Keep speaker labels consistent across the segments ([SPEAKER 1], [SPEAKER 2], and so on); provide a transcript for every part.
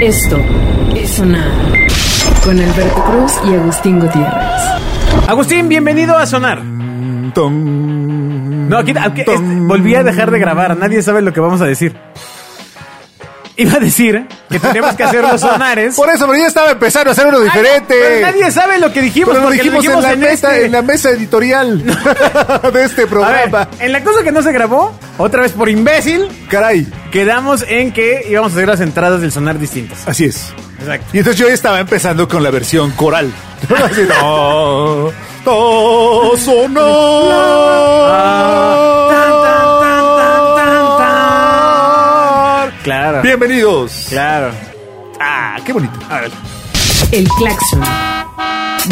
[SPEAKER 1] Esto es sonar con Alberto Cruz y Agustín Gutiérrez.
[SPEAKER 2] Agustín, bienvenido a Sonar. No, aquí, aquí- este, volví a dejar de grabar. Nadie sabe lo que vamos a decir. Iba a decir que tenemos que hacer los sonares.
[SPEAKER 3] Por eso, pero yo estaba empezando a hacer uno diferente.
[SPEAKER 2] Pero nadie sabe lo que dijimos.
[SPEAKER 3] Pero lo
[SPEAKER 2] porque
[SPEAKER 3] dijimos, en, la mesa,
[SPEAKER 2] este.
[SPEAKER 3] en la mesa editorial de este
[SPEAKER 2] A ver,
[SPEAKER 3] programa.
[SPEAKER 2] en la cosa que no se grabó, otra vez por imbécil,
[SPEAKER 3] Caray,
[SPEAKER 2] quedamos en que íbamos a hacer las entradas del sonar distintas.
[SPEAKER 3] así es.
[SPEAKER 2] Exacto.
[SPEAKER 3] Y entonces yo estaba empezando con la versión coral. Así, no, no, sonar.
[SPEAKER 2] Claro.
[SPEAKER 3] Bienvenidos.
[SPEAKER 2] Claro.
[SPEAKER 3] Ah, qué bonito.
[SPEAKER 1] El claxon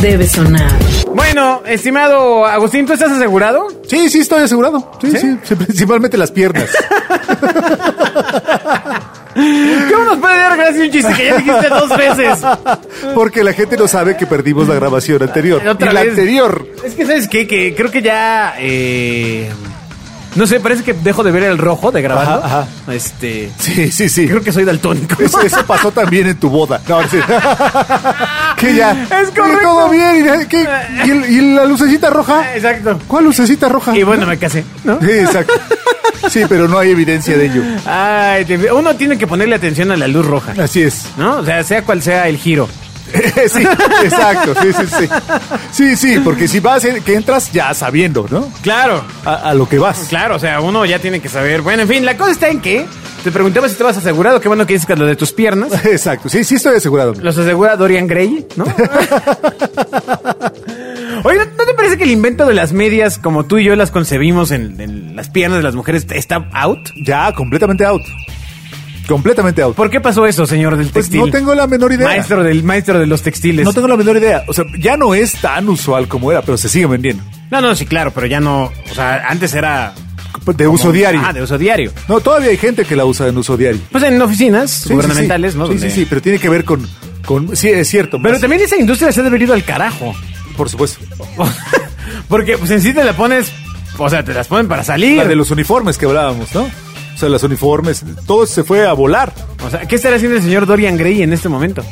[SPEAKER 1] debe sonar.
[SPEAKER 2] Bueno, estimado Agustín, ¿tú estás asegurado?
[SPEAKER 3] Sí, sí, estoy asegurado. Sí,
[SPEAKER 2] ¿Sí?
[SPEAKER 3] sí, sí, principalmente las piernas.
[SPEAKER 2] ¿Cómo nos puede dar gracia un chiste que ya dijiste dos veces?
[SPEAKER 3] Porque la gente no sabe que perdimos la grabación anterior.
[SPEAKER 2] Otra
[SPEAKER 3] y la
[SPEAKER 2] vez.
[SPEAKER 3] anterior.
[SPEAKER 2] Es que, ¿sabes qué? Que creo que ya. eh, no sé, parece que dejo de ver el rojo de grabarlo.
[SPEAKER 3] Ajá,
[SPEAKER 2] Este.
[SPEAKER 3] Sí, sí, sí.
[SPEAKER 2] Creo que soy daltónico.
[SPEAKER 3] Eso, eso pasó también en tu boda. No, sí. que ya.
[SPEAKER 2] Es correcto.
[SPEAKER 3] Y todo bien. Y, la- que- y el- y la lucecita roja?
[SPEAKER 2] Exacto.
[SPEAKER 3] ¿Cuál lucecita roja?
[SPEAKER 2] Y bueno, me casé, ¿no?
[SPEAKER 3] Sí, exacto. Sí, pero no hay evidencia de ello.
[SPEAKER 2] Ay, te- uno tiene que ponerle atención a la luz roja,
[SPEAKER 3] Así es.
[SPEAKER 2] ¿no? O sea, sea cual sea el giro.
[SPEAKER 3] Sí, exacto. Sí, sí, sí. Sí, sí, porque si vas, en- que entras ya sabiendo, ¿no?
[SPEAKER 2] Claro,
[SPEAKER 3] A, a lo que vas.
[SPEAKER 2] claro, o sea, uno ya tiene que saber. Bueno, en fin, la cosa está en que te preguntaba si te vas asegurado. Qué bueno que dices que lo de tus piernas.
[SPEAKER 3] Exacto. Sí, sí, estoy asegurado.
[SPEAKER 2] Los asegura Dorian Gray, ¿no? Oye, ¿no, no te parece que el invento de las medias, como tú y yo las concebimos en, en las piernas de las mujeres, está out?
[SPEAKER 3] Ya, completamente out. Completamente out.
[SPEAKER 2] ¿Por qué pasó eso, señor del
[SPEAKER 3] Pues
[SPEAKER 2] textil?
[SPEAKER 3] no tengo la menor idea.
[SPEAKER 2] Maestro, del, maestro de los textiles.
[SPEAKER 3] No tengo la menor idea. O sea, ya no es tan usual como era, pero se sigue vendiendo.
[SPEAKER 2] no, no, sí, claro, pero ya no. O sea, antes era.
[SPEAKER 3] De uso diario.
[SPEAKER 2] Ah, de uso diario.
[SPEAKER 3] No, todavía hay gente que la usa en uso diario.
[SPEAKER 2] Pues en oficinas
[SPEAKER 3] Sí,
[SPEAKER 2] gubernamentales,
[SPEAKER 3] sí, sí.
[SPEAKER 2] ¿no?
[SPEAKER 3] Sí,
[SPEAKER 2] Donde-
[SPEAKER 3] sí, sí, pero tiene que ver con... con sí, es cierto.
[SPEAKER 2] Pero
[SPEAKER 3] más-
[SPEAKER 2] también esa industria se ha devenido al carajo.
[SPEAKER 3] Por supuesto.
[SPEAKER 2] Porque, pues en sí te la pones. O sea, te las ponen para salir.
[SPEAKER 3] La de los uniformes que hablábamos, ¿no? O sea, los uniformes, todo se fue a volar.
[SPEAKER 2] O sea, ¿qué estará haciendo el señor Dorian Gray en este momento?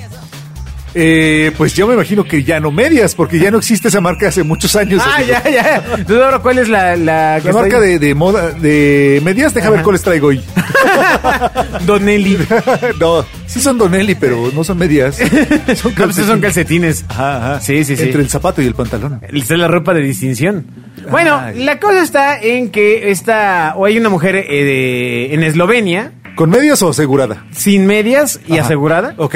[SPEAKER 3] Eh, pues yo me imagino que ya no medias, porque ya no existe esa marca hace muchos años.
[SPEAKER 2] Ah, ya, ya. Entonces, ahora, ¿cuál es la, la, que
[SPEAKER 3] La marca
[SPEAKER 2] está ahí?
[SPEAKER 3] de, de moda, de medias, deja ver
[SPEAKER 2] Ajá.
[SPEAKER 3] cuáles traigo hoy.
[SPEAKER 2] Donelli.
[SPEAKER 3] no, sí son Donelli, pero no son medias. Son
[SPEAKER 2] No, pues esos son calcetines.
[SPEAKER 3] Ajá, ajá.
[SPEAKER 2] Sí, sí, sí.
[SPEAKER 3] Entre el zapato y el pantalón.
[SPEAKER 2] Esta es la ropa de distinción. Bueno,
[SPEAKER 3] Ay.
[SPEAKER 2] la cosa está en que esta, o hay una mujer eh, de- en Eslovenia,
[SPEAKER 3] ¿Con medias o asegurada?
[SPEAKER 2] sin medias y
[SPEAKER 3] Ajá.
[SPEAKER 2] asegurada,
[SPEAKER 3] Ok.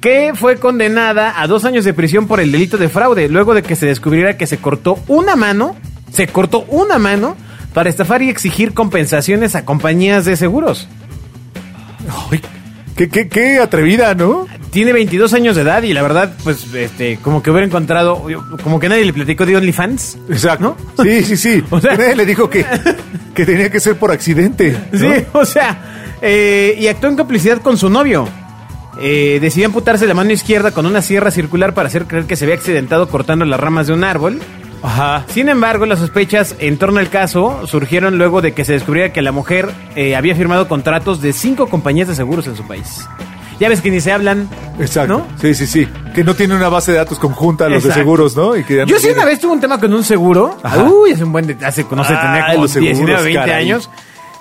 [SPEAKER 2] que fue condenada a dos años de prisión por el delito de fraude, luego de que se descubriera que se cortó una mano, se cortó una mano para estafar y exigir compensaciones a compañías de seguros.
[SPEAKER 3] Ay, qué, qué- qué atrevida, ¿no?
[SPEAKER 2] Tiene 22 años de edad y la verdad, pues, este, como que hubiera encontrado, como que nadie le platicó de OnlyFans.
[SPEAKER 3] Exacto. Sí, sí, sí.
[SPEAKER 2] O sea-
[SPEAKER 3] Nadie le dijo que, que tenía que ser por accidente. ¿no?
[SPEAKER 2] Sí, o sea, eh, y actuó en complicidad con su novio. Eh, decidió amputarse la mano izquierda con una sierra circular para hacer creer que se había accidentado cortando las ramas de un árbol.
[SPEAKER 3] Ajá.
[SPEAKER 2] Sin embargo, las sospechas en torno al caso surgieron luego de que se descubriera que la mujer eh, había firmado contratos de cinco compañías de seguros en su país. Ya ves que ni se hablan.
[SPEAKER 3] Exacto.
[SPEAKER 2] ¿no?
[SPEAKER 3] Sí, sí, sí. Que no tiene una base de datos conjunta a los de
[SPEAKER 2] Exacto.
[SPEAKER 3] seguros, ¿no? Y que ya no
[SPEAKER 2] Yo sí
[SPEAKER 3] tiene-
[SPEAKER 2] una vez tuve un tema con un seguro.
[SPEAKER 3] Ajá.
[SPEAKER 2] Uy, hace un buen... de- Hace, no sé,
[SPEAKER 3] Ah,
[SPEAKER 2] tenía como
[SPEAKER 3] los seguros,
[SPEAKER 2] 19, 20
[SPEAKER 3] caray.
[SPEAKER 2] años.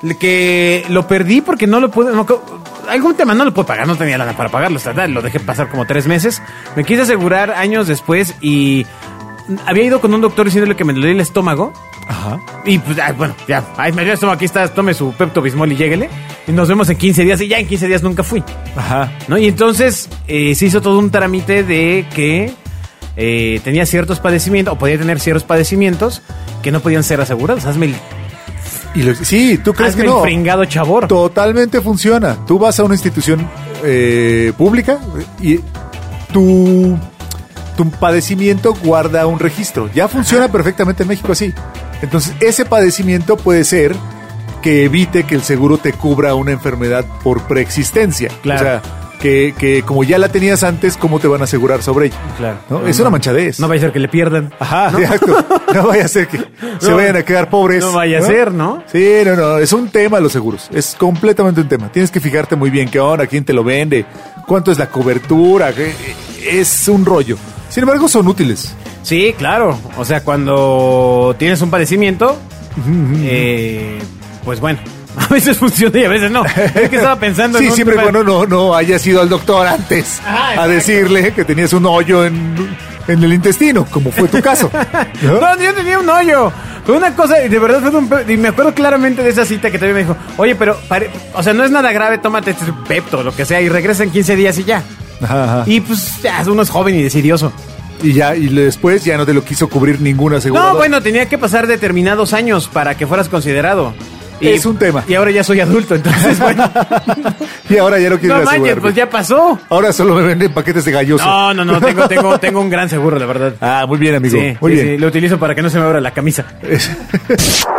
[SPEAKER 2] le- Que lo perdí porque no lo pude... no co- algún tema no lo pude pagar, no tenía lana para pagarlo. hasta tal, Lo dejé pasar como tres meses. Me quise asegurar años después y... Había ido con un doctor diciéndole que me dolía el estómago.
[SPEAKER 3] Ajá.
[SPEAKER 2] Y pues, ah, bueno, ya. Ay, me dio el estómago, aquí está, tome su Pepto Bismol y lléguele. Y nos vemos en 15 días. Y ya en 15 días nunca fui.
[SPEAKER 3] Ajá.
[SPEAKER 2] ¿no? Y entonces eh, se hizo todo un trámite de que eh, tenía ciertos padecimientos, o podía tener ciertos padecimientos que no podían ser asegurados. Hazme el,
[SPEAKER 3] Y lo- sí, ¿tú crees
[SPEAKER 2] hazme
[SPEAKER 3] que
[SPEAKER 2] el
[SPEAKER 3] no?
[SPEAKER 2] fringado chabor.
[SPEAKER 3] Totalmente funciona. Tú vas a una institución eh, pública y tu, tu padecimiento guarda un registro. Ya funciona perfectamente en México así. Entonces, ese padecimiento puede ser que evite que el seguro te cubra una enfermedad por preexistencia.
[SPEAKER 2] Claro.
[SPEAKER 3] O sea, que, que como ya la tenías antes, ¿cómo te van a asegurar sobre ella?
[SPEAKER 2] Claro.
[SPEAKER 3] ¿No? Es una manchadez.
[SPEAKER 2] No vaya a ser que le pierdan.
[SPEAKER 3] Ajá, exacto. No vaya a ser que se
[SPEAKER 2] No.
[SPEAKER 3] vayan a quedar pobres.
[SPEAKER 2] No vaya a ser, ¿no?
[SPEAKER 3] Sí, no, no. Es un tema los seguros. Es completamente un tema. Tienes que fijarte muy bien qué onda, quién te lo vende, cuánto es la cobertura. qué- e, Es un rollo. Sin embargo, son útiles.
[SPEAKER 2] Sí, claro. O sea, cuando tienes un padecimiento, eh, pues bueno, a veces funciona y a veces no. Es que estaba pensando
[SPEAKER 3] Sí,
[SPEAKER 2] en un
[SPEAKER 3] siempre
[SPEAKER 2] tema-
[SPEAKER 3] cuando no, no hayas ido al doctor antes
[SPEAKER 2] Ah,
[SPEAKER 3] a
[SPEAKER 2] exacto.
[SPEAKER 3] decirle que tenías un hoyo en, en el intestino, como fue tu caso. ¿no?
[SPEAKER 2] No, yo tenía un hoyo. Fue una cosa, y de verdad fue un pe- Y me acuerdo claramente de esa cita que también me dijo, oye, pero, pare- o sea, no es nada grave, tómate este pepto, lo que sea, y regresa en 15 días y ya.
[SPEAKER 3] Ajá, ajá.
[SPEAKER 2] Y pues ya, uno es joven y decidioso.
[SPEAKER 3] Y ya, y después ya no te lo quiso cubrir ninguna aseguradora.
[SPEAKER 2] No, bueno, tenía que pasar determinados años para que fueras considerado.
[SPEAKER 3] Es un tema.
[SPEAKER 2] Y ahora ya soy adulto, entonces, bueno.
[SPEAKER 3] Y ahora ya no quiero
[SPEAKER 2] no manches,
[SPEAKER 3] asegurarme.
[SPEAKER 2] pues ya pasó.
[SPEAKER 3] Ahora solo me venden paquetes de galloso.
[SPEAKER 2] No, no, no, tengo, tengo, tengo un gran seguro, la verdad.
[SPEAKER 3] Ah, muy bien, amigo.
[SPEAKER 2] Sí,
[SPEAKER 3] muy
[SPEAKER 2] sí, sí,
[SPEAKER 3] bien.
[SPEAKER 2] lo utilizo para que no se me abra la camisa.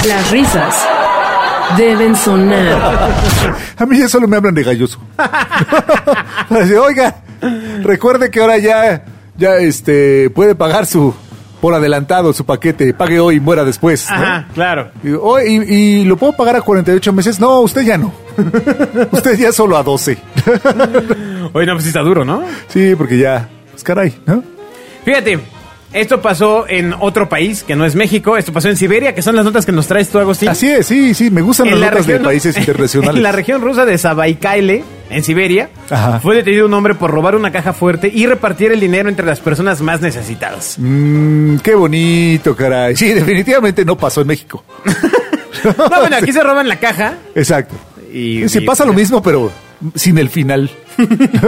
[SPEAKER 1] Las risas deben sonar.
[SPEAKER 3] A mí ya solo me hablan de galloso. Para decir, Oiga, recuerde que ahora ya, ya este, puede pagar su por adelantado su paquete. Pague hoy, muera después. ¿no?
[SPEAKER 2] Ajá, claro.
[SPEAKER 3] Y, digo, "Oh, y- y lo puedo pagar a 48 meses? No, usted ya no. usted ya solo a 12.
[SPEAKER 2] Oye, no, pues sí está duro, ¿no?
[SPEAKER 3] sí, porque ya, pues caray, ¿no?
[SPEAKER 2] Fíjate, esto pasó en otro país que no es México, esto pasó en Siberia, que son las notas que nos traes tú, Agustín.
[SPEAKER 3] Así es, sí, sí, me gustan las notas de países internacionales.
[SPEAKER 2] en la región rusa de Sabaikaile, en Siberia,
[SPEAKER 3] Ajá.
[SPEAKER 2] fue detenido un hombre por robar una caja fuerte y repartir el dinero entre las personas más necesitadas.
[SPEAKER 3] Mm, qué bonito, caray. Sí, definitivamente no pasó en México.
[SPEAKER 2] No, bueno, aquí se roban la caja.
[SPEAKER 3] Exacto.
[SPEAKER 2] Y,
[SPEAKER 3] Y se
[SPEAKER 2] y-
[SPEAKER 3] pasa lo mismo, pero sin el final.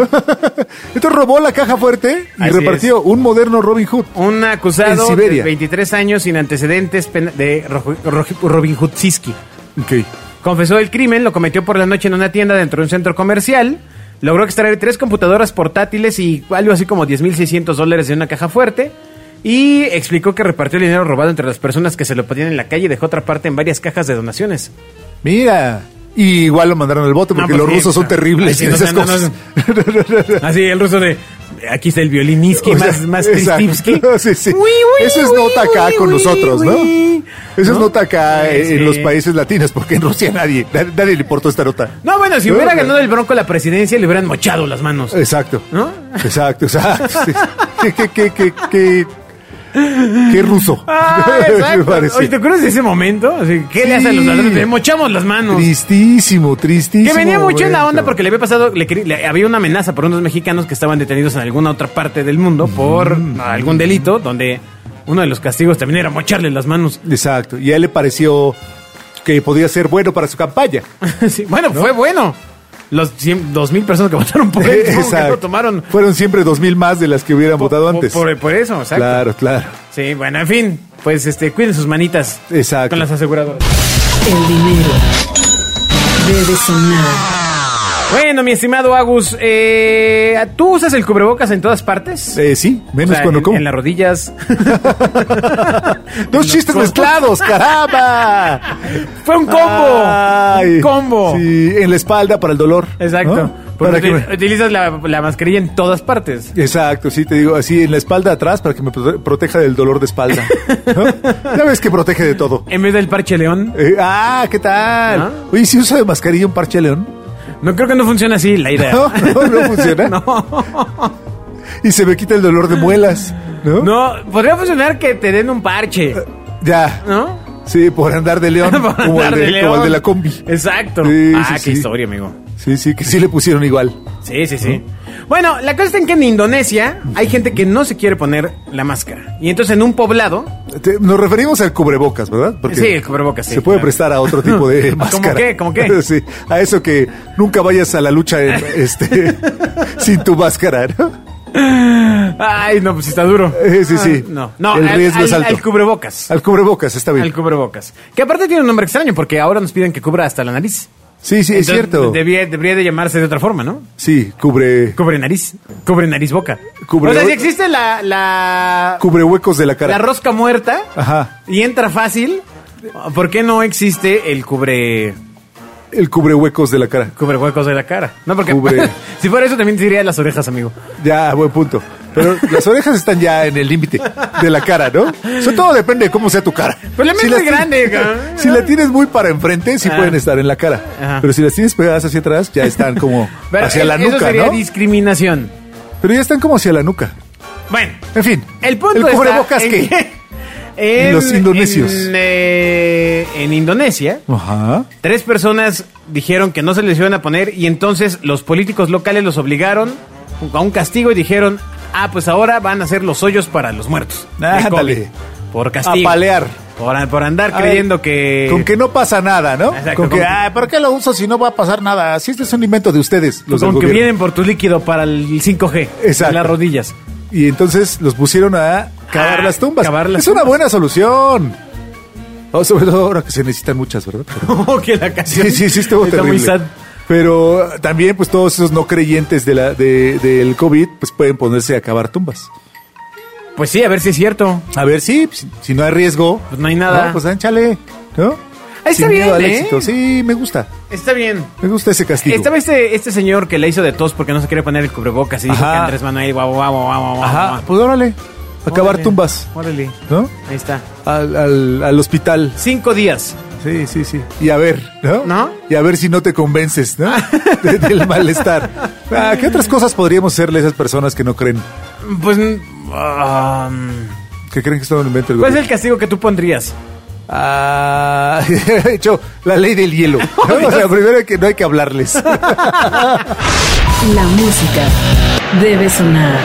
[SPEAKER 3] Entonces robó la caja fuerte y
[SPEAKER 2] Así
[SPEAKER 3] repartió un moderno Robin Hood.
[SPEAKER 2] Un
[SPEAKER 3] En
[SPEAKER 2] acusado
[SPEAKER 3] Siberia.
[SPEAKER 2] de 23 años sin antecedentes pena- de Rojo- Rojo- Robin Hood Siski.
[SPEAKER 3] Ok.
[SPEAKER 2] Confesó el crimen, lo cometió por la noche en una tienda dentro de un centro comercial. Logró extraer tres computadoras portátiles y algo así como 10.600 dólares de una caja fuerte. Y explicó que repartió el dinero robado entre las personas que se lo pedían en la calle y dejó otra parte en varias cajas de donaciones.
[SPEAKER 3] Mira. Y igual lo mandaron al bote
[SPEAKER 2] No,
[SPEAKER 3] porque
[SPEAKER 2] pues
[SPEAKER 3] los
[SPEAKER 2] sí,
[SPEAKER 3] rusos son
[SPEAKER 2] no.
[SPEAKER 3] terribles
[SPEAKER 2] Ay, sí,
[SPEAKER 3] en
[SPEAKER 2] no,
[SPEAKER 3] esas
[SPEAKER 2] no, no,
[SPEAKER 3] cosas.
[SPEAKER 2] Así el ruso de... Aquí está el violiniski,
[SPEAKER 3] O sea,
[SPEAKER 2] más, más
[SPEAKER 3] exacto.
[SPEAKER 2] Kristipski.
[SPEAKER 3] Sí, sí.
[SPEAKER 2] Uy, uy,
[SPEAKER 3] Eso es
[SPEAKER 2] uy,
[SPEAKER 3] nota acá
[SPEAKER 2] uy,
[SPEAKER 3] con
[SPEAKER 2] uy,
[SPEAKER 3] nosotros, ¿no?
[SPEAKER 2] uy.
[SPEAKER 3] Eso es
[SPEAKER 2] ¿No?
[SPEAKER 3] nota acá
[SPEAKER 2] Sí,
[SPEAKER 3] eh,
[SPEAKER 2] sí.
[SPEAKER 3] en los países latinos, porque en Rusia nadie, nadie, nadie le importó esta nota.
[SPEAKER 2] No, bueno, si
[SPEAKER 3] No,
[SPEAKER 2] hubiera
[SPEAKER 3] no.
[SPEAKER 2] ganado el Bronco la presidencia, le hubieran mochado las manos.
[SPEAKER 3] Exacto.
[SPEAKER 2] ¿No?
[SPEAKER 3] Exacto, exacto. Sí. ¿Qué, qué, qué, qué, qué, qué ruso?
[SPEAKER 2] Ah,
[SPEAKER 3] Me
[SPEAKER 2] exacto.
[SPEAKER 3] parece.
[SPEAKER 2] Oye, ¿te acuerdas de ese momento? O sea, ¿Qué le hacen los
[SPEAKER 3] Sí.
[SPEAKER 2] ladrones? Le mochamos las manos.
[SPEAKER 3] Tristísimo, tristísimo.
[SPEAKER 2] Que venía mucho en la onda
[SPEAKER 3] momento.
[SPEAKER 2] porque le había pasado, le, querí- le- había una amenaza por unos mexicanos que estaban detenidos en alguna otra parte del mundo por
[SPEAKER 3] Mm.
[SPEAKER 2] algún delito, donde uno de los castigos también era mocharle las manos.
[SPEAKER 3] Exacto. Y a él le pareció que podía ser bueno para su campaña.
[SPEAKER 2] Sí, Bueno, fue bueno. Los cien- dos mil personas que votaron por él, ¿no? que lo tomaron
[SPEAKER 3] Fueron siempre dos mil más de las que hubieran votado
[SPEAKER 2] por,
[SPEAKER 3] antes.
[SPEAKER 2] por- por eso, exacto.
[SPEAKER 3] claro, claro.
[SPEAKER 2] Sí, bueno, en fin, pues este, cuiden sus manitas
[SPEAKER 3] Exacto.
[SPEAKER 2] con las aseguradoras.
[SPEAKER 1] El dinero debe sonar.
[SPEAKER 2] Bueno, mi estimado Agus, eh, ¿tú usas el cubrebocas en todas partes?
[SPEAKER 3] Eh, sí,
[SPEAKER 2] O
[SPEAKER 3] menos
[SPEAKER 2] sea,
[SPEAKER 3] cuando
[SPEAKER 2] en,
[SPEAKER 3] como.
[SPEAKER 2] en las rodillas.
[SPEAKER 3] Dos chistes
[SPEAKER 2] como.
[SPEAKER 3] mezclados, caramba.
[SPEAKER 2] Fue un combo.
[SPEAKER 3] Ay,
[SPEAKER 2] un combo.
[SPEAKER 3] Sí, en la espalda para el dolor.
[SPEAKER 2] Exacto.
[SPEAKER 3] ¿no?
[SPEAKER 2] Porque
[SPEAKER 3] Para que
[SPEAKER 2] util-
[SPEAKER 3] me-
[SPEAKER 2] utilizas la, la mascarilla en todas partes.
[SPEAKER 3] Exacto, sí, te digo, así en la espalda atrás para que me prote- proteja del dolor de espalda. ¿no? Ya ves que protege de todo.
[SPEAKER 2] En vez del parche león.
[SPEAKER 3] Eh, ah, ¿qué tal?
[SPEAKER 2] ¿Ah?
[SPEAKER 3] Oye, si usa de mascarilla un parche león.
[SPEAKER 2] No creo que no funciona así la idea.
[SPEAKER 3] No, no, no funciona.
[SPEAKER 2] no.
[SPEAKER 3] Y se me quita el dolor de muelas, ¿no?
[SPEAKER 2] No, podría funcionar que te den un parche,
[SPEAKER 3] Ya.
[SPEAKER 2] ¿no?
[SPEAKER 3] Sí, por andar de león.
[SPEAKER 2] Para
[SPEAKER 3] como,
[SPEAKER 2] andar
[SPEAKER 3] el de,
[SPEAKER 2] de
[SPEAKER 3] como el
[SPEAKER 2] león.
[SPEAKER 3] de la combi.
[SPEAKER 2] Exacto.
[SPEAKER 3] Sí,
[SPEAKER 2] ah,
[SPEAKER 3] sí,
[SPEAKER 2] qué
[SPEAKER 3] sí.
[SPEAKER 2] historia, amigo.
[SPEAKER 3] Sí, sí, que sí le pusieron igual.
[SPEAKER 2] Sí, sí, sí. Bueno, la cosa es que en Indonesia hay gente que no se quiere poner la máscara. Y entonces en un poblado,
[SPEAKER 3] Te- nos referimos al cubrebocas, ¿verdad?
[SPEAKER 2] Sí, el cubrebocas, sí,
[SPEAKER 3] Se puede
[SPEAKER 2] claro.
[SPEAKER 3] prestar a otro tipo de máscara.
[SPEAKER 2] qué? ¿Cómo qué?
[SPEAKER 3] Sí, a eso que nunca vayas a la lucha en- este, sin tu máscara, ¿no?
[SPEAKER 2] Ay, no, pues sí está duro.
[SPEAKER 3] Eh, sí, sí.
[SPEAKER 2] Ah, No, no,
[SPEAKER 3] El
[SPEAKER 2] al-
[SPEAKER 3] riesgo
[SPEAKER 2] al,
[SPEAKER 3] es alto.
[SPEAKER 2] al cubrebocas.
[SPEAKER 3] Al cubrebocas, está bien.
[SPEAKER 2] Al cubrebocas. Que aparte tiene un nombre extraño porque ahora nos piden que cubra hasta la nariz.
[SPEAKER 3] Sí, sí, es
[SPEAKER 2] Entonces,
[SPEAKER 3] cierto.
[SPEAKER 2] Debía, debería de llamarse de otra forma, ¿no?
[SPEAKER 3] Sí, cubre,
[SPEAKER 2] Cubre nariz. Cubre nariz boca.
[SPEAKER 3] Cubre-
[SPEAKER 2] o sea, si existe la, la,
[SPEAKER 3] cubre huecos de la
[SPEAKER 2] la
[SPEAKER 3] cara.
[SPEAKER 2] rosca muerta
[SPEAKER 3] Ajá.
[SPEAKER 2] y entra fácil, ¿por qué no existe el cubre
[SPEAKER 3] el cubrehuecos de la cara.
[SPEAKER 2] Cubre huecos de la cara. No, porque
[SPEAKER 3] Cubre.
[SPEAKER 2] si fuera eso también te diría las orejas, amigo.
[SPEAKER 3] Ya, buen punto. Pero las orejas están ya en el límite de la cara, ¿no? Sobre todo depende de cómo sea tu cara.
[SPEAKER 2] Pero la mía es
[SPEAKER 3] las
[SPEAKER 2] muy grande, cabrón.
[SPEAKER 3] Si la tienes muy para enfrente, sí
[SPEAKER 2] Ah.
[SPEAKER 3] pueden estar en la cara.
[SPEAKER 2] Ajá.
[SPEAKER 3] Pero si las tienes pegadas hacia atrás, ya están como
[SPEAKER 2] Pero
[SPEAKER 3] hacia
[SPEAKER 2] e-
[SPEAKER 3] la
[SPEAKER 2] Eso
[SPEAKER 3] nuca,
[SPEAKER 2] sería
[SPEAKER 3] ¿no?
[SPEAKER 2] discriminación.
[SPEAKER 3] Pero ya están como hacia la nuca.
[SPEAKER 2] Bueno,
[SPEAKER 3] En fin.
[SPEAKER 2] el punto
[SPEAKER 3] El
[SPEAKER 2] está
[SPEAKER 3] cubrebocas
[SPEAKER 2] en
[SPEAKER 3] que-
[SPEAKER 2] en-
[SPEAKER 3] Los indonesios.
[SPEAKER 2] En, eh, en Indonesia,
[SPEAKER 3] Ajá.
[SPEAKER 2] tres personas dijeron que no se les iban a poner y entonces los políticos locales los obligaron a un castigo y dijeron, ah, pues ahora van a ser los hoyos para los muertos. de
[SPEAKER 3] Ándale.
[SPEAKER 2] COVID". Por castigo.
[SPEAKER 3] A palear.
[SPEAKER 2] Por, por andar
[SPEAKER 3] Ay,
[SPEAKER 2] creyendo que...
[SPEAKER 3] Con que no pasa nada, ¿no?
[SPEAKER 2] Exacto,
[SPEAKER 3] con que,
[SPEAKER 2] con que-
[SPEAKER 3] ah, ¿para qué lo uso si no va a pasar nada? Si este es un invento de ustedes, los del
[SPEAKER 2] con que
[SPEAKER 3] gobierno.
[SPEAKER 2] vienen por tu líquido para el 5G.
[SPEAKER 3] Exacto.
[SPEAKER 2] En las rodillas.
[SPEAKER 3] Y entonces los pusieron a cavar
[SPEAKER 2] Ah,
[SPEAKER 3] las tumbas.
[SPEAKER 2] cavar las
[SPEAKER 3] es una
[SPEAKER 2] tumbas.
[SPEAKER 3] buena solución. Oh, sobre todo ahora que se necesitan muchas, ¿verdad?
[SPEAKER 2] que la canción
[SPEAKER 3] Sí, sí, sí, estuvo
[SPEAKER 2] está muy
[SPEAKER 3] terrible.
[SPEAKER 2] sad.
[SPEAKER 3] Pero también, pues todos esos no creyentes de la, de- del COVID, pues pueden ponerse a cavar tumbas.
[SPEAKER 2] Pues sí, a ver si es cierto.
[SPEAKER 3] A ver, sí, si, si no hay riesgo.
[SPEAKER 2] Pues no hay nada.
[SPEAKER 3] pues échale, ¿no?
[SPEAKER 2] Ahí está
[SPEAKER 3] Sin miedo
[SPEAKER 2] bien,
[SPEAKER 3] al
[SPEAKER 2] ¿eh?
[SPEAKER 3] éxito. Sí, me gusta.
[SPEAKER 2] Está bien.
[SPEAKER 3] Me gusta ese castigo.
[SPEAKER 2] Estaba este, este señor que le hizo de tos porque no se quería poner el cubrebocas y dijo que
[SPEAKER 3] Ajá.
[SPEAKER 2] Andrés Manuel, guau, guau, guau, guau, guau,
[SPEAKER 3] Ajá,
[SPEAKER 2] guau.
[SPEAKER 3] pues órale, a cavar
[SPEAKER 2] Órale,
[SPEAKER 3] tumbas,
[SPEAKER 2] Órale.
[SPEAKER 3] ¿no?
[SPEAKER 2] Ahí está.
[SPEAKER 3] Al, al, al hospital.
[SPEAKER 2] Cinco días.
[SPEAKER 3] Sí, sí, sí. Y a ver, ¿no?
[SPEAKER 2] ¿No?
[SPEAKER 3] Y a ver si no te convences, ¿no? De- del malestar. Ah, ¿Qué otras cosas podríamos hacerle a esas personas que no creen?
[SPEAKER 2] Pues. mm, ah, mm.
[SPEAKER 3] Que creen que esto lo inventa el
[SPEAKER 2] ¿Cuál es Pues
[SPEAKER 3] gobierno.
[SPEAKER 2] el castigo que tú pondrías?
[SPEAKER 3] Ah, de hecho, la ley del hielo. ¿no? o sea, primero que no hay que hablarles.
[SPEAKER 1] La música debe sonar.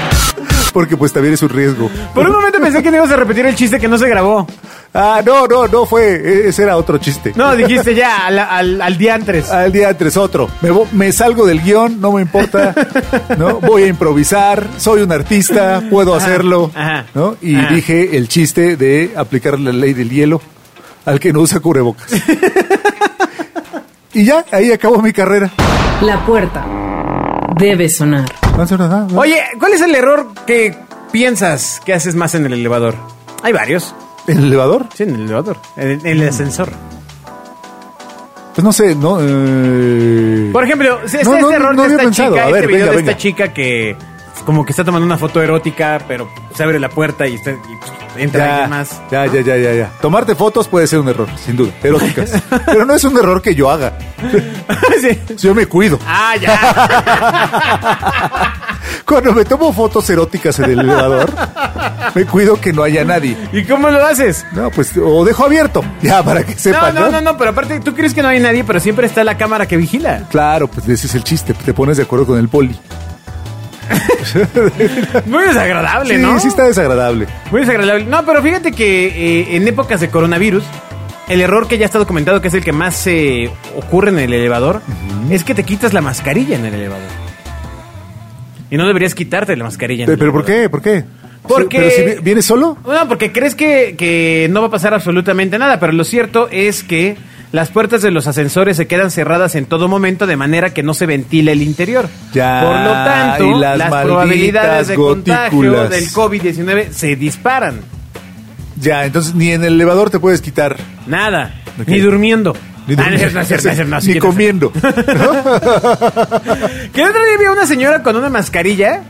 [SPEAKER 3] Porque pues también es un riesgo.
[SPEAKER 2] Por un momento pensé que no ibas a repetir el chiste que no se grabó.
[SPEAKER 3] Ah, no, no, no fue. e-, Ese era otro chiste.
[SPEAKER 2] No, dijiste ya, al, al, al día antes.
[SPEAKER 3] Al Ah, día tres otro. Me, vo- me salgo del guión, no me importa. ¿no? Voy a improvisar, soy un artista, puedo
[SPEAKER 2] Ajá,
[SPEAKER 3] hacerlo.
[SPEAKER 2] ajá,
[SPEAKER 3] ¿no? Y
[SPEAKER 2] ajá.
[SPEAKER 3] dije el chiste de aplicar la ley del hielo al que no usa cubrebocas. y ya, ahí acabó mi carrera.
[SPEAKER 1] La puerta debe sonar.
[SPEAKER 3] No hace nada, ¿no?
[SPEAKER 2] Oye, ¿cuál es el error que piensas que haces más en el elevador? Hay varios.
[SPEAKER 3] ¿El elevador?
[SPEAKER 2] Sí, en el elevador. En, en el ascensor.
[SPEAKER 3] Pues no sé, no. eh,
[SPEAKER 2] Por ejemplo, si está
[SPEAKER 3] No,
[SPEAKER 2] este
[SPEAKER 3] no,
[SPEAKER 2] error
[SPEAKER 3] no
[SPEAKER 2] de
[SPEAKER 3] había
[SPEAKER 2] esta
[SPEAKER 3] pensado.
[SPEAKER 2] chica,
[SPEAKER 3] A
[SPEAKER 2] este
[SPEAKER 3] ver,
[SPEAKER 2] video
[SPEAKER 3] venga,
[SPEAKER 2] de
[SPEAKER 3] venga.
[SPEAKER 2] esta chica que como que está tomando una foto erótica, pero se abre la puerta y, está- y, pues, entra
[SPEAKER 3] Ya,
[SPEAKER 2] alguien más.
[SPEAKER 3] ya, ya, ya, ya, ya. Tomarte fotos puede ser un error, sin duda, eróticas. Pero no es un error que yo haga.
[SPEAKER 2] Sí.
[SPEAKER 3] Yo me cuido.
[SPEAKER 2] Ah, ya.
[SPEAKER 3] Cuando me tomo fotos eróticas en el elevador, me cuido que no haya nadie.
[SPEAKER 2] ¿Y cómo lo haces?
[SPEAKER 3] No, pues, o dejo abierto, ya, para que
[SPEAKER 2] No,
[SPEAKER 3] sepan, ¿no?
[SPEAKER 2] no, no, no, pero aparte tú crees que no hay nadie, pero siempre está la cámara que vigila.
[SPEAKER 3] Claro, pues ese es el chiste, te pones de acuerdo con el poli.
[SPEAKER 2] Muy desagradable,
[SPEAKER 3] Sí,
[SPEAKER 2] ¿no?
[SPEAKER 3] sí está desagradable.
[SPEAKER 2] Muy desagradable. No, pero fíjate que eh, en épocas de coronavirus, el error que ya está documentado, que es el que más se ocurre en el elevador, es que te quitas la mascarilla en el elevador. Y no deberías quitarte la mascarilla. en
[SPEAKER 3] Pero,
[SPEAKER 2] el
[SPEAKER 3] ¿por
[SPEAKER 2] elevador.
[SPEAKER 3] qué? ¿Por qué?
[SPEAKER 2] Porque-
[SPEAKER 3] ¿Pero si vi- vienes solo?
[SPEAKER 2] Bueno, porque crees que, que no va a pasar absolutamente nada, pero lo cierto es que las puertas de los ascensores se quedan cerradas en todo momento de manera que no se ventila el interior.
[SPEAKER 3] Ya,
[SPEAKER 2] Por lo tanto,
[SPEAKER 3] y las
[SPEAKER 2] las,
[SPEAKER 3] malditas
[SPEAKER 2] probabilidades de contagio
[SPEAKER 3] gotículas.
[SPEAKER 2] del COVID-19 se disparan.
[SPEAKER 3] Ya, entonces ni en el elevador te puedes quitar.
[SPEAKER 2] Nada.
[SPEAKER 3] Ok.
[SPEAKER 2] Ni durmiendo.
[SPEAKER 3] Ni
[SPEAKER 2] Ah, no es cierto, no es cierto, no es cierto, no es
[SPEAKER 3] Ni
[SPEAKER 2] cierto.
[SPEAKER 3] comiendo.
[SPEAKER 2] Que el otro día vi a una señora con una mascarilla.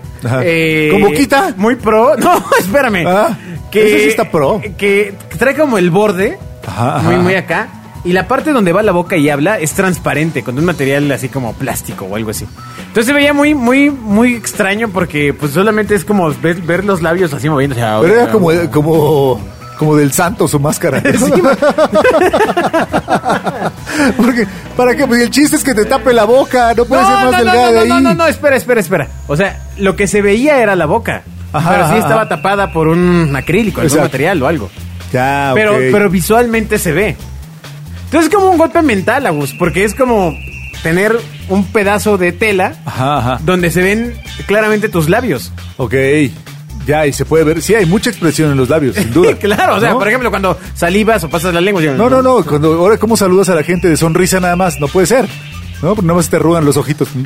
[SPEAKER 2] eh,
[SPEAKER 3] Ajá. ¿Como quita?
[SPEAKER 2] Muy pro. No, espérame.
[SPEAKER 3] Ah, eso sí está pro.
[SPEAKER 2] Que trae como el borde.
[SPEAKER 3] Ajá, ajá.
[SPEAKER 2] Muy, muy acá. Y la parte donde va la boca y habla es transparente, con un material así como plástico o algo así. Entonces se veía muy, muy, muy extraño porque pues solamente es como ver, ver los labios así moviéndose.
[SPEAKER 3] Pero era como, como, como del santo su máscara. ¿no?
[SPEAKER 2] Sí,
[SPEAKER 3] Porque, ¿para qué? Pues el chiste es que te tape la boca, no puedes ser más delgada
[SPEAKER 2] no,
[SPEAKER 3] ahí.
[SPEAKER 2] no, no, no, espera, espera, espera. O sea, lo que se veía era la boca.
[SPEAKER 3] Ajá,
[SPEAKER 2] pero sí
[SPEAKER 3] ajá,
[SPEAKER 2] estaba
[SPEAKER 3] ajá.
[SPEAKER 2] tapada por un acrílico, algún
[SPEAKER 3] Exacto.
[SPEAKER 2] material o algo.
[SPEAKER 3] Ya,
[SPEAKER 2] Pero,
[SPEAKER 3] ok.
[SPEAKER 2] pero visualmente se ve. Entonces es como un golpe mental, Agus, porque es como tener un pedazo de tela
[SPEAKER 3] Ajá, ajá.
[SPEAKER 2] donde se ven claramente tus labios.
[SPEAKER 3] Ok. Ya, y se puede ver. Sí, hay mucha expresión en los labios, sin duda.
[SPEAKER 2] claro, o sea,
[SPEAKER 3] ¿No?
[SPEAKER 2] por ejemplo, cuando salivas o pasas la lengua. yo-
[SPEAKER 3] No, no, no. Cuando, ahora, ¿cómo saludas a la gente de sonrisa nada más? No puede ser. No, porque nada más te arrugan los ojitos.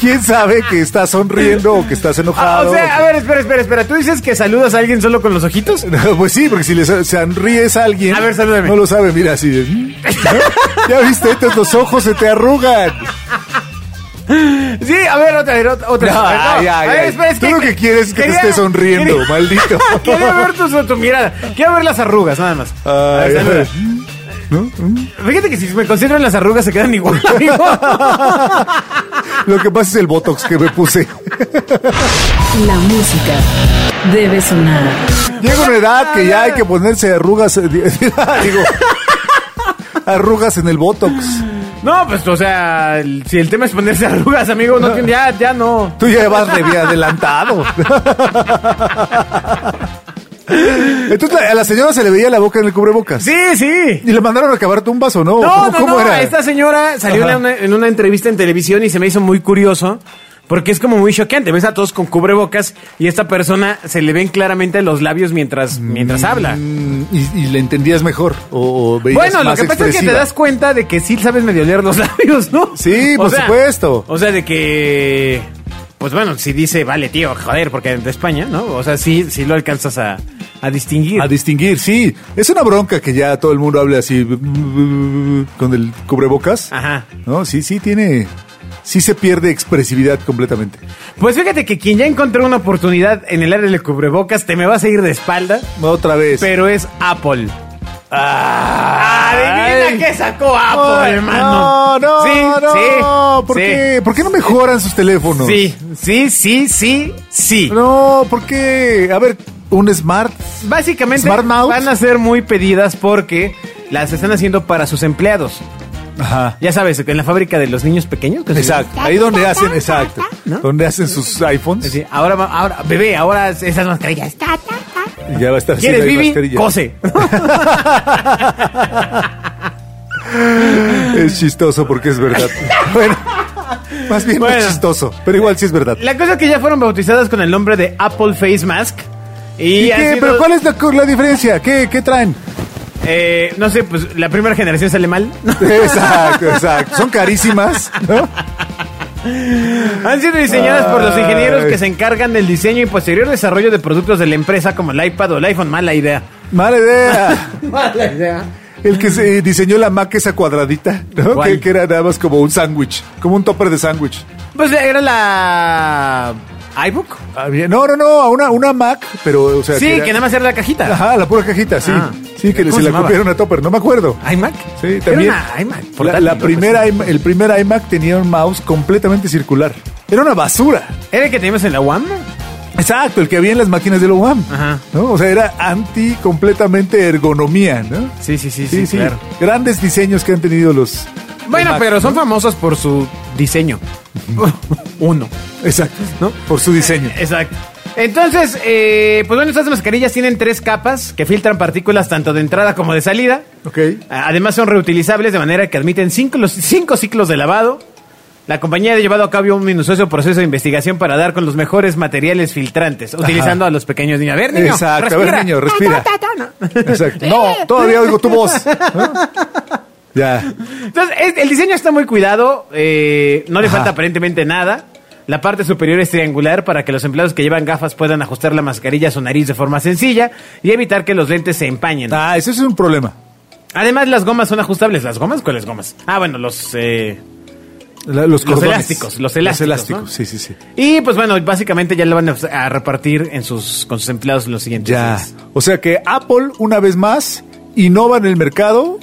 [SPEAKER 3] ¿Quién sabe que estás sonriendo o que estás
[SPEAKER 2] Ah,
[SPEAKER 3] enojado?
[SPEAKER 2] o sea, a ver, espera, espera, espera. ¿Tú dices que saludas a alguien solo con los ojitos?
[SPEAKER 3] Pues sí, porque si le sa- sonríes a alguien.
[SPEAKER 2] A ver, salúdame.
[SPEAKER 3] No lo sabe, mira así. de, ¿Mm? ya viste, entonces los ojos se te arrugan.
[SPEAKER 2] Sí, a ver, otra vez, otra otra vez.
[SPEAKER 3] Ya,
[SPEAKER 2] A ver, no.
[SPEAKER 3] ya,
[SPEAKER 2] A ver,
[SPEAKER 3] ya.
[SPEAKER 2] espera, es
[SPEAKER 3] Tú lo que quieres es que te
[SPEAKER 2] quería-
[SPEAKER 3] esté sonriendo,
[SPEAKER 2] quería-
[SPEAKER 3] maldito.
[SPEAKER 2] Quiero ver tu, tu mirada. Quiero ver las arrugas, nada más. A ver,
[SPEAKER 3] Ay, a
[SPEAKER 2] saluda.
[SPEAKER 3] ver. ¿No? ¿Mm?
[SPEAKER 2] Fíjate que si me concentro en las arrugas se quedan igual, amigo.
[SPEAKER 3] Lo que pasa es el botox que me puse.
[SPEAKER 1] La música debe sonar.
[SPEAKER 3] Llega una edad que ya hay que ponerse arrugas. eh, Digo, arrugas en el botox.
[SPEAKER 2] No, pues, o sea, el- si el tema es ponerse arrugas, amigo, no, tiene- ya, ya no.
[SPEAKER 3] Tú ya vas de bien adelantado. Entonces la- a la señora se le veía la boca en el cubrebocas.
[SPEAKER 2] Sí, sí.
[SPEAKER 3] ¿Y le mandaron a cavar tumbas o
[SPEAKER 2] No,
[SPEAKER 3] no? ¿Cómo,
[SPEAKER 2] no,
[SPEAKER 3] cómo
[SPEAKER 2] no.
[SPEAKER 3] era?
[SPEAKER 2] Esta señora salió
[SPEAKER 3] Ajá.
[SPEAKER 2] en una, en una entrevista en televisión y se me hizo muy curioso. Porque es como muy choqueante, ves a todos con cubrebocas y a esta persona se le ven claramente los labios mientras, mientras habla.
[SPEAKER 3] Mm, Y, y le entendías mejor. O, o veías
[SPEAKER 2] Bueno, lo
[SPEAKER 3] más
[SPEAKER 2] que pasa es que te
[SPEAKER 3] expresiva.
[SPEAKER 2] das cuenta de que sí sabes medio leer los labios, ¿no?
[SPEAKER 3] Sí, por supuesto.
[SPEAKER 2] O sea, de que. Pues bueno, si dice, vale, tío, joder, porque de España, ¿no? O sea, sí, sí lo alcanzas a, a distinguir.
[SPEAKER 3] A distinguir, sí. Es una bronca que ya todo el mundo hable así con el cubrebocas.
[SPEAKER 2] Ajá.
[SPEAKER 3] No, sí, sí tiene. Sí se pierde expresividad completamente.
[SPEAKER 2] pues fíjate que quien ya encontró una oportunidad en el área del cubrebocas, te me vas a ir de espalda,
[SPEAKER 3] Otra vez. Ah,
[SPEAKER 2] pero es Apple.
[SPEAKER 3] Ay.
[SPEAKER 2] Adivina qué sacó Apple,
[SPEAKER 3] Ay,
[SPEAKER 2] hermano.
[SPEAKER 3] No, no,
[SPEAKER 2] Sí,
[SPEAKER 3] no.
[SPEAKER 2] sí,
[SPEAKER 3] ¿Por,
[SPEAKER 2] sí.
[SPEAKER 3] Qué? ¿Por qué no mejoran sus teléfonos?
[SPEAKER 2] Sí, sí, sí, sí, sí.
[SPEAKER 3] No, ¿por qué? A ver, un smart.
[SPEAKER 2] Básicamente
[SPEAKER 3] Smart Mouth.
[SPEAKER 2] van a ser muy pedidas porque las están haciendo para sus empleados.
[SPEAKER 3] Ajá.
[SPEAKER 2] Ya sabes, en la fábrica de los niños pequeños. pues, que se-
[SPEAKER 3] Exacto. Ahí donde hacen, exacto. Donde hacen sus iPhones.
[SPEAKER 2] Sí, ahora, va- ahora, bebé, ahora esas mascarillas.
[SPEAKER 3] Y Ya va a estar haciendo
[SPEAKER 2] ¿Quieres
[SPEAKER 3] ahí
[SPEAKER 2] Vivi?
[SPEAKER 3] mascarilla.
[SPEAKER 2] Cose.
[SPEAKER 3] Es chistoso porque es verdad. bueno, más bien no
[SPEAKER 2] Bueno.
[SPEAKER 3] es chistoso, pero igual sí es verdad.
[SPEAKER 2] La cosa es que ya fueron bautizadas con el nombre de Apple Face Mask. ¿Y,
[SPEAKER 3] ¿Y
[SPEAKER 2] han
[SPEAKER 3] qué?
[SPEAKER 2] sido-
[SPEAKER 3] ¿Pero cuál es la, la diferencia? ¿Qué, qué traen?
[SPEAKER 2] eh, no sé, pues la primera generación sale mal.
[SPEAKER 3] Exacto, exacto. Son carísimas, ¿no?
[SPEAKER 2] Han sido diseñadas por los ingenieros
[SPEAKER 3] Ay.
[SPEAKER 2] que se encargan del diseño y posterior desarrollo de productos de la empresa como el iPad o el iPhone. Mala idea.
[SPEAKER 3] Mala idea.
[SPEAKER 2] Mala idea.
[SPEAKER 3] El que se eh, diseñó la Mac esa cuadradita, ¿no?
[SPEAKER 2] ¿Cuál?
[SPEAKER 3] Que, que era nada más como un sándwich, como un topper de sándwich.
[SPEAKER 2] Pues era la iBook.
[SPEAKER 3] Ah, bien. No, no, no, a una, una Mac, pero, o sea.
[SPEAKER 2] Sí, que,
[SPEAKER 3] era-
[SPEAKER 2] nada más era la cajita.
[SPEAKER 3] Ajá, la pura cajita, sí.
[SPEAKER 2] Ah.
[SPEAKER 3] sí, que
[SPEAKER 2] ¿Cómo
[SPEAKER 3] se
[SPEAKER 2] se
[SPEAKER 3] la
[SPEAKER 2] llamaba?
[SPEAKER 3] copiaron a topper, no me acuerdo.
[SPEAKER 2] iMac.
[SPEAKER 3] Sí,
[SPEAKER 2] Era
[SPEAKER 3] también.
[SPEAKER 2] una iMac.
[SPEAKER 3] La,
[SPEAKER 2] portátil,
[SPEAKER 3] la
[SPEAKER 2] ¿no? Pues
[SPEAKER 3] primera, iMa- el primer iMac tenía un mouse completamente circular. Era una basura.
[SPEAKER 2] ¿Era el que teníamos en la UAM?
[SPEAKER 3] Exacto, el que había en las máquinas de la UAM.
[SPEAKER 2] Ajá.
[SPEAKER 3] ¿no? O sea, era anti completamente ergonomía, ¿no?
[SPEAKER 2] Sí, sí, sí, sí, claro.
[SPEAKER 3] Grandes diseños que han tenido los.
[SPEAKER 2] Bueno,
[SPEAKER 3] los Mac,
[SPEAKER 2] pero son famosos por su diseño. Uno.
[SPEAKER 3] ¿no? Exacto, ¿no? Por su diseño.
[SPEAKER 2] Exacto. Entonces, eh, pues bueno, estas mascarillas tienen tres capas que filtran partículas tanto de entrada como de salida.
[SPEAKER 3] Ok.
[SPEAKER 2] A- Además son reutilizables de manera que admiten cinco, los cinco ciclos de lavado. La compañía ha llevado a cabo un minucioso proceso de investigación para dar con los mejores materiales filtrantes, utilizando a los pequeños niños. A ver, niño,
[SPEAKER 3] Exacto, a ver,
[SPEAKER 2] respira.
[SPEAKER 3] niño, respira.
[SPEAKER 2] Ta, ta, ta, ta, no.
[SPEAKER 3] Exacto. No, todavía oigo tu voz. ¿no? Ya.
[SPEAKER 2] Entonces, es- el diseño está muy cuidado, eh, no le
[SPEAKER 3] Ajá.
[SPEAKER 2] falta aparentemente nada. La parte superior es triangular para que los empleados que llevan gafas puedan ajustar la mascarilla a su nariz de forma sencilla y evitar que los lentes se empañen.
[SPEAKER 3] Ah, eso es un problema.
[SPEAKER 2] Además, las gomas son ajustables. ¿Las gomas? ¿Cuáles gomas? Ah, bueno, los... eh,
[SPEAKER 3] La-
[SPEAKER 2] Los
[SPEAKER 3] los, cordones.
[SPEAKER 2] elásticos, los elásticos,
[SPEAKER 3] Los elásticos,
[SPEAKER 2] ¿no?
[SPEAKER 3] sí, sí, sí.
[SPEAKER 2] Y pues bueno, básicamente ya lo van a a repartir en sus, con sus empleados en los siguientes
[SPEAKER 3] Ya.
[SPEAKER 2] días.
[SPEAKER 3] O sea que Apple, una vez más, innova en el mercado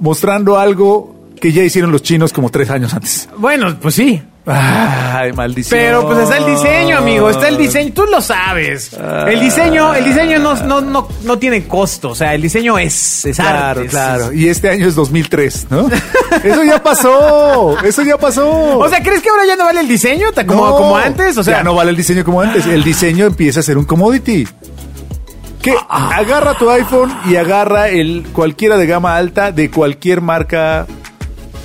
[SPEAKER 3] mostrando algo que ya hicieron los chinos como tres años antes.
[SPEAKER 2] Bueno, pues sí.
[SPEAKER 3] Ay, maldición.
[SPEAKER 2] Pero pues está el diseño, amigo. Está el diseño. Tú lo sabes. El diseño, el diseño no, no, no, no tiene costo. O sea, el diseño es, es
[SPEAKER 3] Claro,
[SPEAKER 2] arte, es-
[SPEAKER 3] claro. Y este año es 2003, ¿no? Eso ya pasó. Eso ya pasó.
[SPEAKER 2] O sea, ¿crees que ahora ya no vale el diseño? ¿Tan Como,
[SPEAKER 3] No,
[SPEAKER 2] como antes. O sea,
[SPEAKER 3] ya no vale el diseño como antes. El diseño empieza a ser un commodity. Que
[SPEAKER 2] Ah.
[SPEAKER 3] agarra tu iPhone y agarra el cualquiera de gama alta de cualquier marca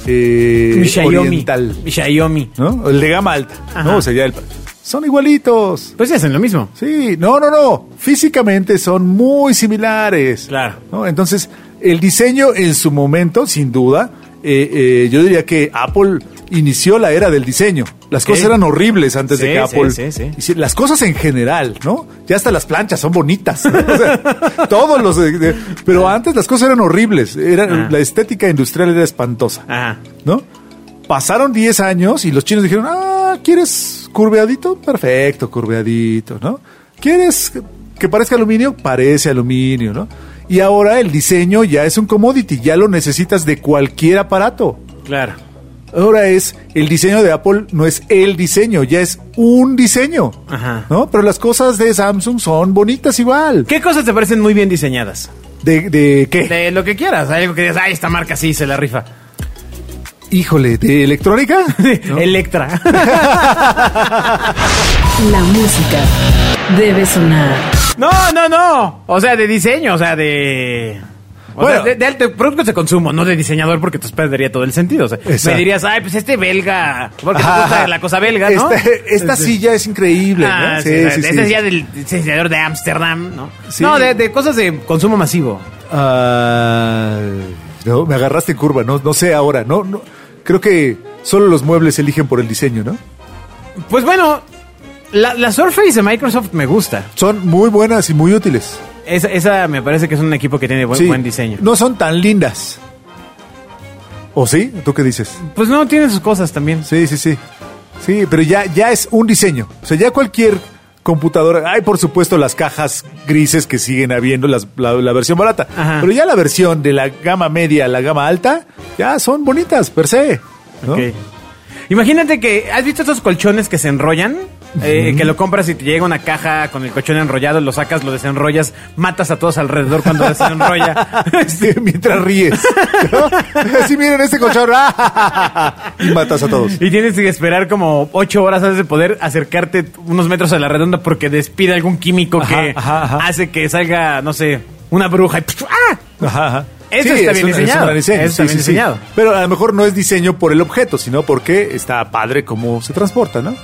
[SPEAKER 3] eh,
[SPEAKER 2] mi Xiaomi.
[SPEAKER 3] oriental,
[SPEAKER 2] mi Xiaomi.
[SPEAKER 3] ¿no? El de gama alta,
[SPEAKER 2] Ajá.
[SPEAKER 3] ¿no? O sea, ya el- son igualitos.
[SPEAKER 2] Pues sí hacen lo mismo.
[SPEAKER 3] Sí, no, no, no. Físicamente son muy similares.
[SPEAKER 2] Claro.
[SPEAKER 3] ¿no? Entonces, el diseño en su momento, sin duda, eh, eh, yo diría que Apple inició la era del diseño. Las
[SPEAKER 2] Ok.
[SPEAKER 3] cosas eran horribles antes de
[SPEAKER 2] Sí,
[SPEAKER 3] que
[SPEAKER 2] sí,
[SPEAKER 3] Apple.
[SPEAKER 2] sí, sí.
[SPEAKER 3] Y si- Las cosas en general, ¿no? Ya hasta las planchas son bonitas. ¿no? O sea, todos los. de- de- pero
[SPEAKER 2] Ah.
[SPEAKER 3] antes las cosas eran horribles. Era,
[SPEAKER 2] Ajá.
[SPEAKER 3] la estética industrial era espantosa.
[SPEAKER 2] Ajá.
[SPEAKER 3] ¿no? Pasaron 10 años y los chinos dijeron, ah, ¿quieres curveadito? Perfecto, curveadito, ¿no? ¿Quieres que parezca aluminio? Parece aluminio, ¿no? Y ahora el diseño ya es un commodity, ya lo necesitas de cualquier aparato.
[SPEAKER 2] Claro.
[SPEAKER 3] Ahora es, el diseño de Apple no es el diseño, ya es un diseño,
[SPEAKER 2] Ajá.
[SPEAKER 3] ¿no? Pero las cosas de Samsung son bonitas igual.
[SPEAKER 2] ¿Qué cosas te parecen muy bien diseñadas?
[SPEAKER 3] ¿De, de qué?
[SPEAKER 2] De lo que quieras. Algo que digas, ay, esta marca sí se la rifa.
[SPEAKER 3] Híjole, ¿de electrónica? ¿No?
[SPEAKER 2] Electra.
[SPEAKER 1] La música debe sonar.
[SPEAKER 2] no, no, no. O sea, de diseño, o sea, de. o
[SPEAKER 3] Bueno.
[SPEAKER 2] sea, de, de alto- productos de consumo, no de diseñador, porque entonces perdería todo el sentido. O sea, me
[SPEAKER 3] Exacto.
[SPEAKER 2] dirías, ay, pues este belga. Porque te gusta
[SPEAKER 3] Ajá.
[SPEAKER 2] la cosa belga, ¿no?
[SPEAKER 3] Esta, Este, esta silla es increíble,
[SPEAKER 2] Ah,
[SPEAKER 3] ¿no?
[SPEAKER 2] sí, o sea, ese es ya del diseñador de Ámsterdam, ¿no?
[SPEAKER 3] Sí.
[SPEAKER 2] No, de, de cosas de consumo masivo.
[SPEAKER 3] Ah, no, me agarraste en curva, no, no sé ahora, no, no. Creo que solo los muebles se eligen por el diseño, ¿no?
[SPEAKER 2] Pues bueno, la, la Surface de Microsoft me gusta.
[SPEAKER 3] Son muy buenas y muy útiles.
[SPEAKER 2] Esa, esa me parece que es un equipo que tiene buen,
[SPEAKER 3] Sí.
[SPEAKER 2] buen diseño.
[SPEAKER 3] No son tan lindas. ¿O sí? ¿Tú qué dices?
[SPEAKER 2] Pues no, tiene sus cosas también.
[SPEAKER 3] Sí, sí, sí. Sí, pero ya, ya es un diseño. O sea, ya cualquier computadora. Hay, por supuesto, las cajas grises que siguen habiendo las- la, la versión barata.
[SPEAKER 2] Ajá.
[SPEAKER 3] Pero ya la versión de la gama media a la gama alta, ya son bonitas, per se. ¿no?
[SPEAKER 2] Ok. Imagínate que, ¿has visto estos colchones que se enrollan? Eh, que lo compras y te llega una caja con el colchón enrollado, lo sacas, lo desenrollas, matas a todos alrededor cuando desenrolla.
[SPEAKER 3] Este, mientras ríes. ¿no? Así miren este colchón. y matas a todos.
[SPEAKER 2] Y tienes que esperar como ocho horas antes de poder acercarte unos metros a la redonda porque despide algún químico
[SPEAKER 3] Ajá,
[SPEAKER 2] que
[SPEAKER 3] ajá, ajá.
[SPEAKER 2] hace que salga, no sé, una bruja y ¡pf! ¡ah!
[SPEAKER 3] Ajá, ajá.
[SPEAKER 2] Eso está bien
[SPEAKER 3] un- es un
[SPEAKER 2] diseñado.
[SPEAKER 3] gran diseño,
[SPEAKER 2] Eso está bien diseñado.
[SPEAKER 3] Pero a lo mejor no es diseño por el objeto, sino porque está padre cómo se transporta, ¿no?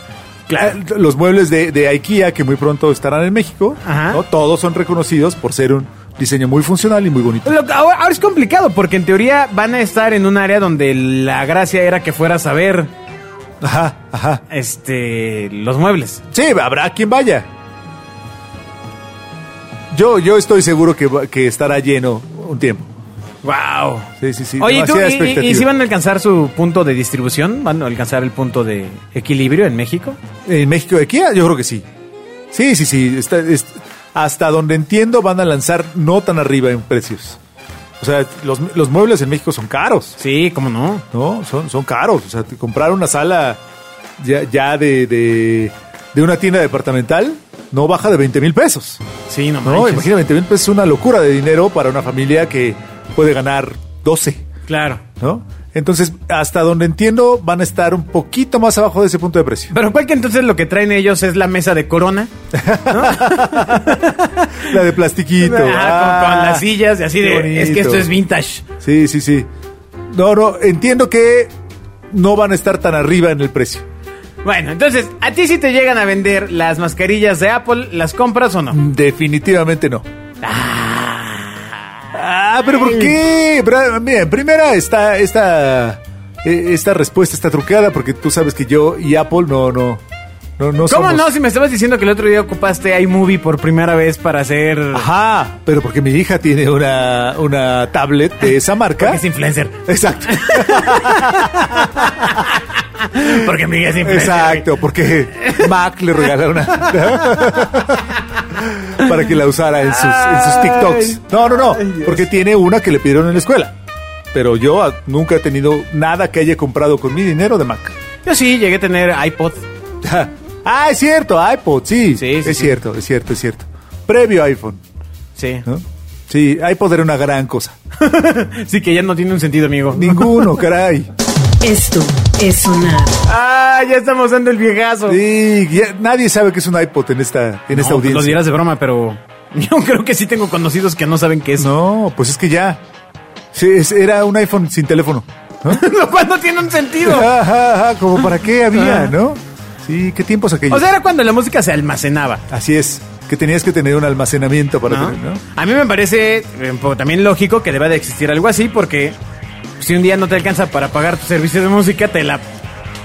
[SPEAKER 2] Claro.
[SPEAKER 3] Eh, Los muebles de, de IKEA, que muy pronto estarán en México,
[SPEAKER 2] Ajá.
[SPEAKER 3] ¿no? todos son reconocidos por ser un diseño muy funcional y muy bonito.
[SPEAKER 2] Lo que ahora, ahora es complicado porque en teoría van a estar en un área donde la gracia era que fueras a ver
[SPEAKER 3] Ajá, ajá.
[SPEAKER 2] este los muebles.
[SPEAKER 3] Sí, habrá quien vaya. Yo, yo estoy seguro que, va- que estará lleno un tiempo.
[SPEAKER 2] Wow.
[SPEAKER 3] Sí, sí, sí,
[SPEAKER 2] Oye, ¿y tú
[SPEAKER 3] demasiada
[SPEAKER 2] y- y, y
[SPEAKER 3] expectativa.
[SPEAKER 2] si van a alcanzar su punto de distribución? ¿Van a alcanzar el punto de equilibrio en México?
[SPEAKER 3] ¿En México de Kia? Yo creo que sí. Sí, sí, sí. Está- es- hasta donde entiendo van a lanzar no tan arriba en precios. O sea, los, los muebles en México son caros,
[SPEAKER 2] Sí, cómo no.
[SPEAKER 3] ¿no? Son, son caros. O sea, te- comprar una sala ya, ya de, de, de una tienda departamental no baja de 20 mil pesos.
[SPEAKER 2] Sí, no
[SPEAKER 3] No,
[SPEAKER 2] manches.
[SPEAKER 3] imagina, 20 mil pesos es una locura de dinero para una familia que puede ganar 12.
[SPEAKER 2] Claro.
[SPEAKER 3] ¿no? Entonces, hasta donde entiendo, van a estar un poquito más abajo de ese punto de precio.
[SPEAKER 2] Pero cuál que entonces lo que traen ellos es la mesa de corona.
[SPEAKER 3] La de plastiquito.
[SPEAKER 2] Ajá, con, con
[SPEAKER 3] Ah,
[SPEAKER 2] las sillas y así
[SPEAKER 3] qué
[SPEAKER 2] de. Es que esto
[SPEAKER 3] bonito.
[SPEAKER 2] es vintage.
[SPEAKER 3] Sí, sí, sí. No, no, entiendo que no van a estar tan arriba en el precio.
[SPEAKER 2] Bueno, entonces, ¿a ti sí te llegan a vender las mascarillas de Apple? ¿Las compras o no?
[SPEAKER 3] Definitivamente no. Ah, pero ¿por qué? Bra- Mira, en primera está esta eh, esta respuesta está truqueada porque tú sabes que yo y Apple no no no
[SPEAKER 2] ¿Cómo
[SPEAKER 3] no somos-
[SPEAKER 2] no? Si me estabas diciendo que el otro día ocupaste iMovie por primera vez para hacer.
[SPEAKER 3] Ajá, pero porque mi hija tiene una una tablet de esa marca.
[SPEAKER 2] Porque es influencer.
[SPEAKER 3] Exacto.
[SPEAKER 2] Porque Miguel es influencer.
[SPEAKER 3] Exacto, porque Mac le regalaron una para que la usara en sus, en sus TikToks. No, no,
[SPEAKER 2] Ay,
[SPEAKER 3] no,
[SPEAKER 2] Dios.
[SPEAKER 3] porque tiene una que le pidieron en la escuela. Pero yo ah, nunca he tenido nada que haya comprado con mi dinero de Mac.
[SPEAKER 2] Yo sí llegué a tener iPod.
[SPEAKER 3] Ah, es cierto, iPod, sí.
[SPEAKER 2] Sí, sí,
[SPEAKER 3] es
[SPEAKER 2] sí.
[SPEAKER 3] cierto, es cierto, es cierto. Previo iPhone,
[SPEAKER 2] Sí.
[SPEAKER 3] ¿no? Sí, iPod era una gran cosa.
[SPEAKER 2] Sí, que ya no tiene un sentido, amigo.
[SPEAKER 3] Ninguno, caray.
[SPEAKER 1] Esto es sonar.
[SPEAKER 2] Ah, ya estamos dando el viejazo.
[SPEAKER 3] Sí, ya- nadie sabe que es un iPod en esta,
[SPEAKER 2] No,
[SPEAKER 3] en esta
[SPEAKER 2] pues Lo
[SPEAKER 3] audiencia.
[SPEAKER 2] dirás de broma, pero yo creo que sí tengo conocidos que no saben qué es.
[SPEAKER 3] No, pues es que ya. Sí, es- era un iPhone sin teléfono. ¿no?
[SPEAKER 2] Lo cual no tiene un sentido.
[SPEAKER 3] Ajá, ajá, ajá, como para qué había,
[SPEAKER 2] Ah.
[SPEAKER 3] ¿no? Sí, qué tiempos aquellos.
[SPEAKER 2] O sea, era cuando la música se almacenaba.
[SPEAKER 3] Así es, que tenías que tener un almacenamiento para
[SPEAKER 2] ¿no?
[SPEAKER 3] tener, ¿no?
[SPEAKER 2] A mí me parece eh, po- también lógico que deba de existir algo así porque si un día no te alcanza para pagar tu servicio de música, te la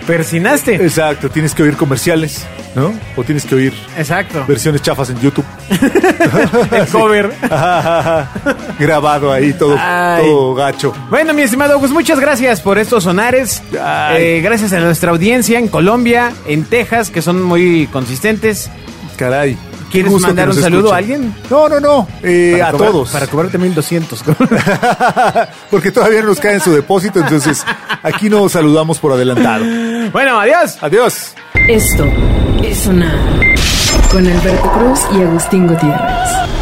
[SPEAKER 2] persinaste.
[SPEAKER 3] Exacto, tienes que oír comerciales, ¿no? O tienes que oír
[SPEAKER 2] Exacto.
[SPEAKER 3] versiones chafas en YouTube.
[SPEAKER 2] El cover.
[SPEAKER 3] Ajá, ajá. Grabado ahí, todo,
[SPEAKER 2] Ay.
[SPEAKER 3] todo gacho.
[SPEAKER 2] Bueno, mi estimado Gus, muchas gracias por estos sonares.
[SPEAKER 3] Ay.
[SPEAKER 2] Eh, gracias a nuestra audiencia en Colombia, en Texas, que son muy consistentes.
[SPEAKER 3] Caray. qué
[SPEAKER 2] ¿Quieres
[SPEAKER 3] gusto que
[SPEAKER 2] mandar
[SPEAKER 3] nos
[SPEAKER 2] un saludo a
[SPEAKER 3] escuchen.
[SPEAKER 2] alguien?
[SPEAKER 3] No, no, no. eh,
[SPEAKER 2] Para
[SPEAKER 3] a
[SPEAKER 2] cobrar-
[SPEAKER 3] todos.
[SPEAKER 2] Para cobrarte 1200.
[SPEAKER 3] Porque todavía no nos cae en su depósito, entonces aquí nos saludamos por adelantado.
[SPEAKER 2] bueno, adiós.
[SPEAKER 3] Adiós.
[SPEAKER 1] Esto es sonar con Alberto Cruz y Agustín Gutiérrez.